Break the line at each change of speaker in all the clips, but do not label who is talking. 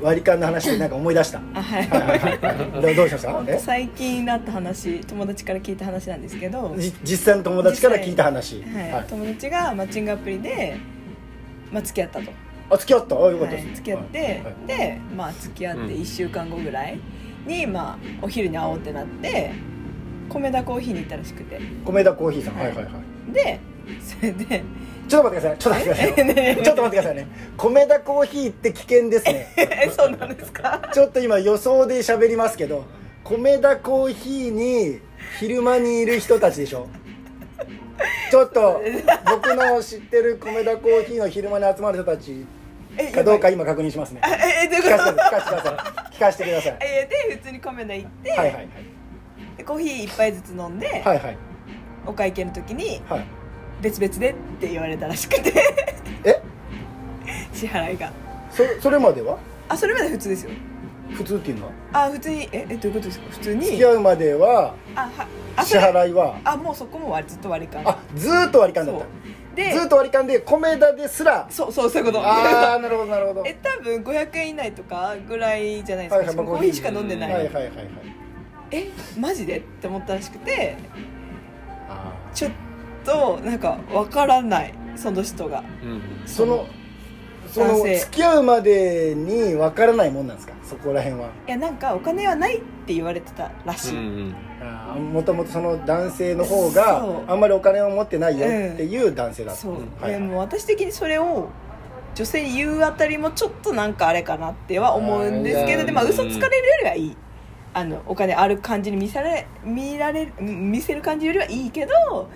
割り勘の話でなんか思い出した
あはい
はいはいはいどうどうしま したえ
最近だった話友達から聞いた話なんですけど、
じ実際の友達から聞いた話
はい
はい
友達がマッチングアプリで、まあ、付き合ったと、
あ付き合ったあよかったで
はい
す、
付き合って、
はい
で、まあ、付き合って1週間後ぐらいに、まあ、お昼に会おうってなって米田コーヒーに行ったらしくて
米田コーヒーさん、は、
はいい
はいはい
でそれで
ちょっと待ってくださいちょっと待ってください
え
ちょっと待ってくださいね米田コーヒーって危険です ね
えそうなんですか
ちょっと今予想で喋りますけど米田コーヒーに昼間にいる人たちでしょちょっと僕の知ってる米田コーヒーの昼間に集まる人たち
え
かどうか
や
今確認しますね
ばいええどう
聞
いう
か
こ
せ
と
て聞かせてください聞かせてください
えで普通に米田行って、
はいはい
でコーヒー一杯ずつ飲んで、
はいはい
お会計の時に
はい
別々でって言われたらしくて
え
支払いが
そそれまでは
あそれまで普通ですよ
普通っていうのは
あ普通にええどういうことですか普通に
付き合うまでは
あはあ
支
それ
払いは
あもうそこも割ずっと割り勘
あずーっと割り勘だっ
そ
た
うで
ずーっと割り勘で米田ですら
そうそうそういうこと
ああなるほどなるほど
え多分500円以内とかぐらいじゃないですか、
はいはい
しかも
まあ
コーヒーしか飲んでない、
はいはいはいはい
えマジでって思ったらしくて
あー
ちょっとなんかわからないその人が
うん
そのその
男性
付き合うまでにわからないもんなんですかそこら辺はい
やなんかお金はないって言われてたらし
う
い、
ん
あーもともとその男性の方が
そう
あんまりお金を持ってないよっていう男性だった、
そう、
はい
い
はい
やもう私的にそれを女性に言うあたりもちょっとなんかあれかなっては思うんですけ
あー
どでもまあ
うん
嘘つかれるよりはいいあのお金ある感じに見せられ見られうん見せる感じよりはいいけど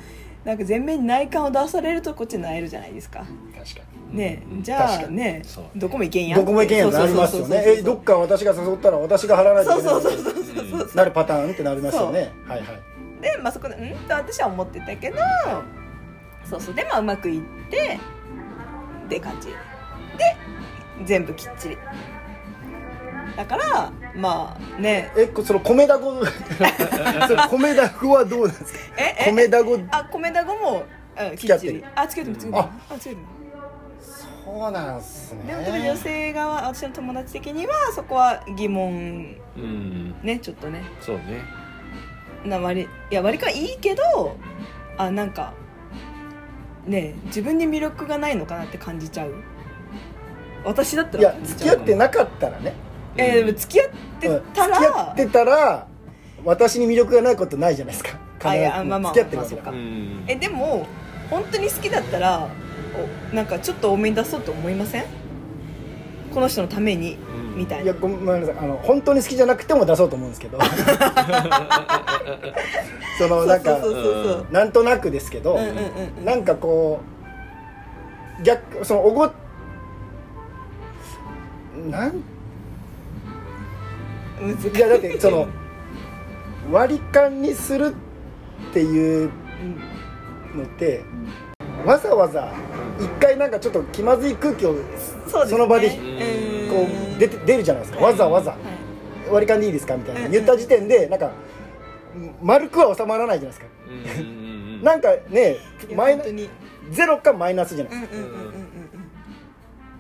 なんか全面に内観を出されるとこっち萎えるじゃないですか
確か
ね
うん
じゃ
確
あ
かに
ね
そう
どこも行けん
に
や
どこも行けんやつありますよねえどっか私が誘ったら私が払わないとい
そう
けな
そう
い
そうそうそうそうそうそう
なるパターンってなりますよねはいはい
でまあそこでうんと私は思ってたけどそうそうでまあうまくいってって感じで全部きっちりだからまあね
えこその米だご その米だごはどうなんですか
ええ
米だご
あ米田後も、うん、
付
き
き合
っ
っ
ち
てる
りあつけてもつけて
あ
もあつけても
そうなんすね
でも多分女性側私の友達的にはそこは疑問
うんうん
ねちょっとね
そうね
な割りいや割りかいいけどあなんかねえ自分に魅力がないのかなって感じちゃう私だった
い
ら
や
感じ
付
ち
き
ゃ
合
う
ってなかったらね
いやいやでも付き合ってたら、
うん付き合ってたら私に魅力がないことないじゃないですか
あいや
必ず
まあまあ
付き合ってるわけだ
まあそ
うん
えでも本当に好きだったらおなんかちょっと多めに出そうと思いませんこの人のために
うん
みたい
いや
な
ごめんなさいあの本当に好きじゃなくても出そうと思うんです けどそのなん
そう
か
そうそうそう
なんとなくですけど、
うんうんうんうん
なんかこう逆そのおごなん
難しい
いやだってその割り勘にするっていう
うん
のってわざわざ一回なんかちょっと気まずい空気を
そうですね
その場でこ
うん
こう出て出るじゃないですかわざわざ
はい
割り勘でいいですかみたい
うんう
なん言った時点でなんか丸くは収まらないじゃないですか
うんうん
なんかね
いや
マイ
本
ナ
当に
ゼロかマイナスじゃな
う
い
んうんうんうんうんうん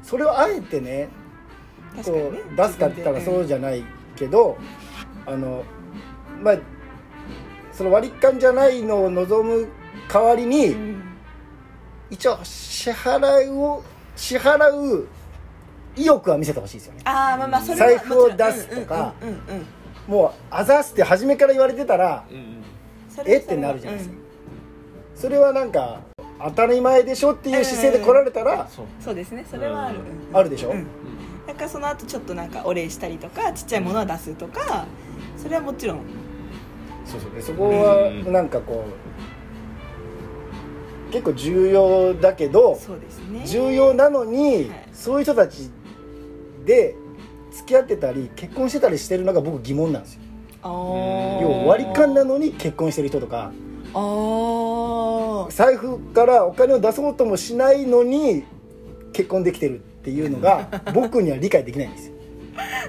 それをあえてね
確かに
こ
ね
う出すかって言ったらそう
じ
じゃないけどあのまあその割り勘じゃないのを望む代わりに一応支払いを支払う意欲は見せてほしいですよね
ああまあまあそれは
財布を
もちろん
出すとか
うんうんうんうん
もうあざすって初めから言われてたら
うんうん
それ
え
は
ってなるじゃないですか
う、ん
それはなんか当たり前でしょっていう姿勢で来られたら、
そう
そうですねそれはある
うん
うん
あるでしょ、
うん
うん
だからその後ちょっとなんかお礼したりとかちっちゃいものは出すとかそれはもちろん
そうそうでそこは
うん
なんかこう結構重要だけど
そうですね
重要なのに、
はい
そういう人たちで付き合ってたり結婚してたりしてるのが僕疑問なんですよ
あ
うん
ー
要は割り勘なのに結婚してる人とか
あー
財布からお金を出そうともしないのに結婚できてるっていうのが僕には理解できないんですよ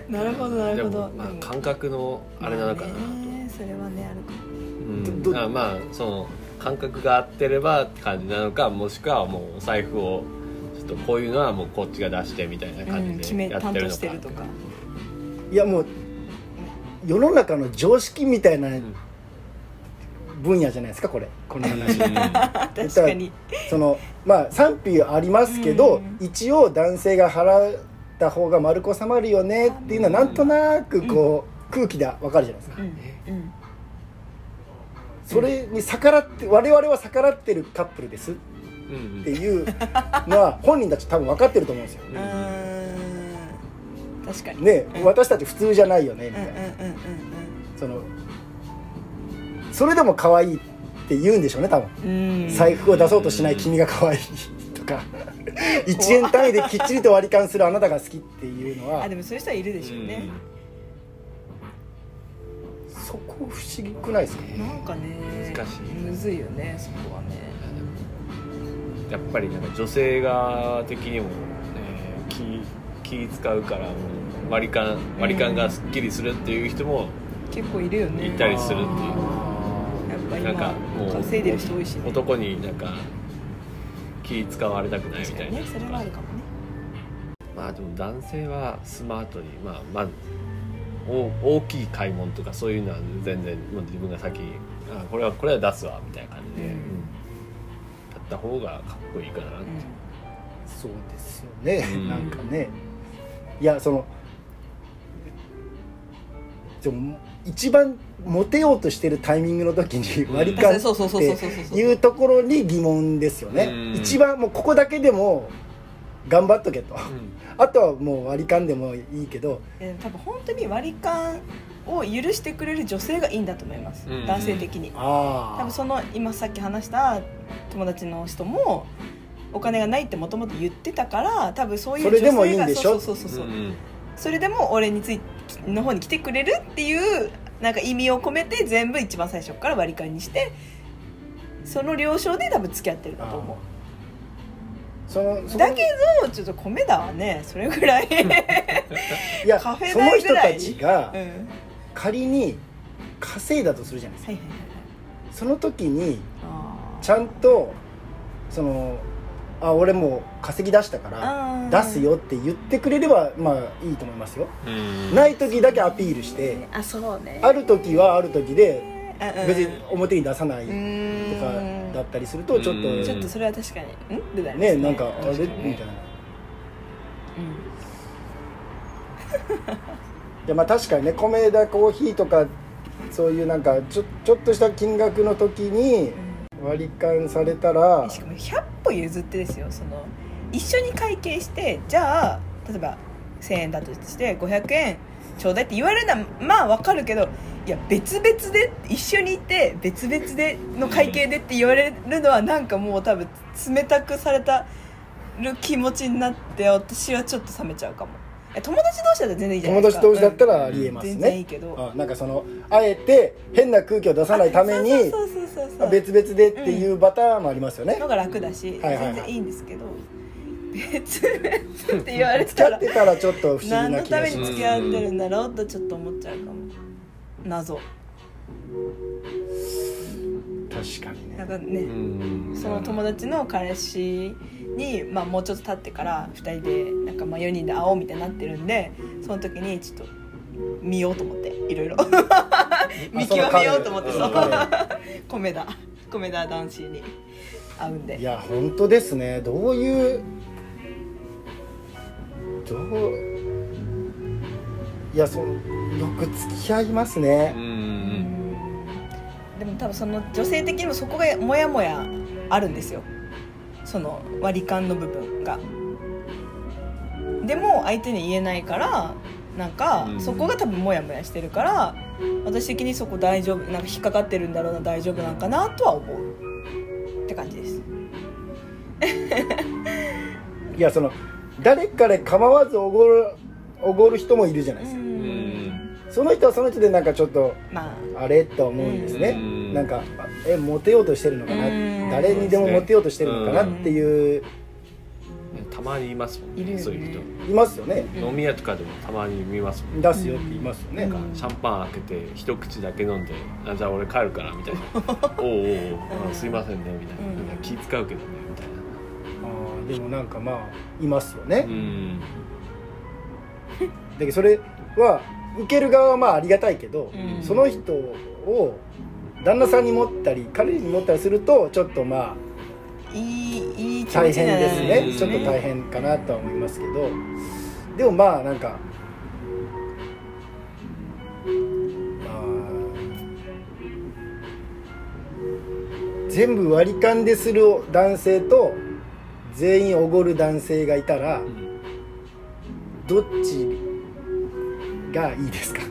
なるほどな
で
るほ
も
ど
まあ感覚のあれなのかなと
まあねそれはねあるかも
うん
ど
だからまあその感覚が合ってればって感じなのかもしくはもうお財布をちょっとこういうのはもうこっちが出してみたいな
う
感
ん
じ
決
で
め
やっ
担
てる
当
の
してると
か
か
いやもう世の中の常識みたいな分野じゃないですかこれこの話
確かに
そのまあ賛否ありますけど、
うん
一応男性が払った方が丸く収まるよねっていうのはなんとなくこう、空気でわかるじゃないですか、
うんうん
それに逆らって我々は逆らってるカップルですっ
う んうん
ていうのは本人たち多分分かってると思うんですよ
うーん確かに
ね、
うん
私たち普通じゃないよねみ
うん
た
うん
い
うん
な、
うん
そのそれでも可愛いって言うんでしょうね多分
うんうん
財布を出そうとしない君が可愛いと か1円単位できっちりと割り勘するあなたが好きっていうのは
あでもそういう人はいるでしょうね、
そこ不思議くないですか
うん
なんかね
難しい
むずいよねそこはね
やっぱりなんか女性が的にも、ね、気気使うからもう割り勘割り勘がすっきりするっていう人も
結構いるよね
いたりするっていう
やっぱ
なんかも
今
う
稼いでる人多いしね
男になんか気使われたくないみ
確か
たい
に
な
ねそれはあるかもね
まあでも男性はスマートにまあまあお大きい買い物とかそういうのは全然もう自分が先あこれはこれは出すわみたいな感じで、
うん
だった方がかっこいいかなって、
そうですよね、
うん
なんかねいやそのでも一番モテようとしてるタイミングの時に割り勘
うん
っ
そうそうそうそうそうそう
ていうところに疑問ですよね
うん
一番もうここだけでも頑張っとけと
うん
あとはもう割り勘でもいいけど
えー多分本当に割り勘を許してくれる女性がいいんだと思います、
うん
男性的に
あ
多分その今さっき話した友達の人もお金がないってもともと言ってたから多分そういう
そ
女
れ
性が
でもいいんでしょ
そうそうそうそう、
ん
それでも俺についの方に来てくれるっていうなんか意味を込めて全部一番最初から割り勘にしてその了承で多分付き合ってるんだと思う
そのその
だけどちょっと米だわねそれぐらい、
いや
カフェ
その
代
人
ぐら
た
い
ち
う
が
ん、はいはい
仮に稼いだとするじゃないですか
はいはい
その時に
あ
ちゃんとそのあ俺もう稼ぎ出したから
ー
出すよって言ってくれればまあいいと思いますよ
うん
ない時だけアピールして
あそうね
ある時はある時で別に
と
表に出さないとかだ
か
ったりするとちょっ
うん
ちょ
と
っとそれは確かにうんってなります
ねなんかあれ
確
み
に
たいな
うん
いやまあ確かにね米田コーヒーとかそういうなんかちょちょっとした金額の時に割り勘されたら
しかも100歩譲ってですよその一緒に会計してじゃあ例えば1000円だとして500円ちょうだいって言われるのはまあわかるけどいや別々で一緒にいて別々での会計でって言われるのはなんかもう多分冷たくされたる気持ちになって私はちょっと冷めちゃうかもいや友達同士だったら全然いいじゃな
友
いです
達
か
同士だった
うん
らありえます
全然いい
ね、
けど
あなんかそのあえて変な空気を出さないために
そうそうそうそうそう
あ別々でっていうパターンもありますよね、
のが楽だし、
はいはいはい
全然いいんですけど別々って言われ
付き
た
合っ
ら
てたらちょっと不思議
何
な
の
気
た
が
め
し
に
ます
付き合ってるんだろうとちょっと思っちゃうかも謎
確かに
な
ね
んか
う
ね
ん
その友達の彼氏に、まあ、もうちょっと経ってから2人でなんかまあ4人で会おうみたいになってるんでその時にちょっと見ようと思っていろいろ見極めようと思って
そ
そ
の
う
彼
米田米田男子に会うん
い
で
や本当ですねどういうどういやそのよく付き合いますね、
うん
でも多分その女性的にもそこがモヤモヤあるんですよその割り勘の部分がでも相手に言えないからなんか
うん
そこが多分モヤモヤしてるから私的にそこ大丈夫なんか引っかかってるんだろうな大丈夫なんかなとは思うって感じです
いやその誰彼構わずおごるおごる人もいるじゃないですか、
ん
その人はその人でなんかちょっと
まあ
あれと思うんですね、
うん
なんかあえモテようとしてるのかな、
うん
誰にでもモテようとしてるのかなっていう、
たまにいますもんね
いるよね
そういう人、
いますよね
うん
飲み屋とかでもたまに見ますもん、
出すよって言いますよね、
うん
なんかシャンパン開けて一口だけ飲んで「あじゃあ俺帰るから」みたい な「おうおうおうあすいませんね」みたいな
うん
なんか気使うけどねみたいな
あーでもなんかまあいますよね
う、ん
けどそれは受ける側はまあありがたいけど、
うん
その人を旦那さんに持ったり彼に持ったりするとちょっとまあ
いいいい気持
大
ちに
変
は
で
な
す
る
ね
うん
ちょっと大変かなとは思いますけどでもまあなんかまあ全部割り勘でする男性と全員おごる男性がいたら
うん
どっちがいいですか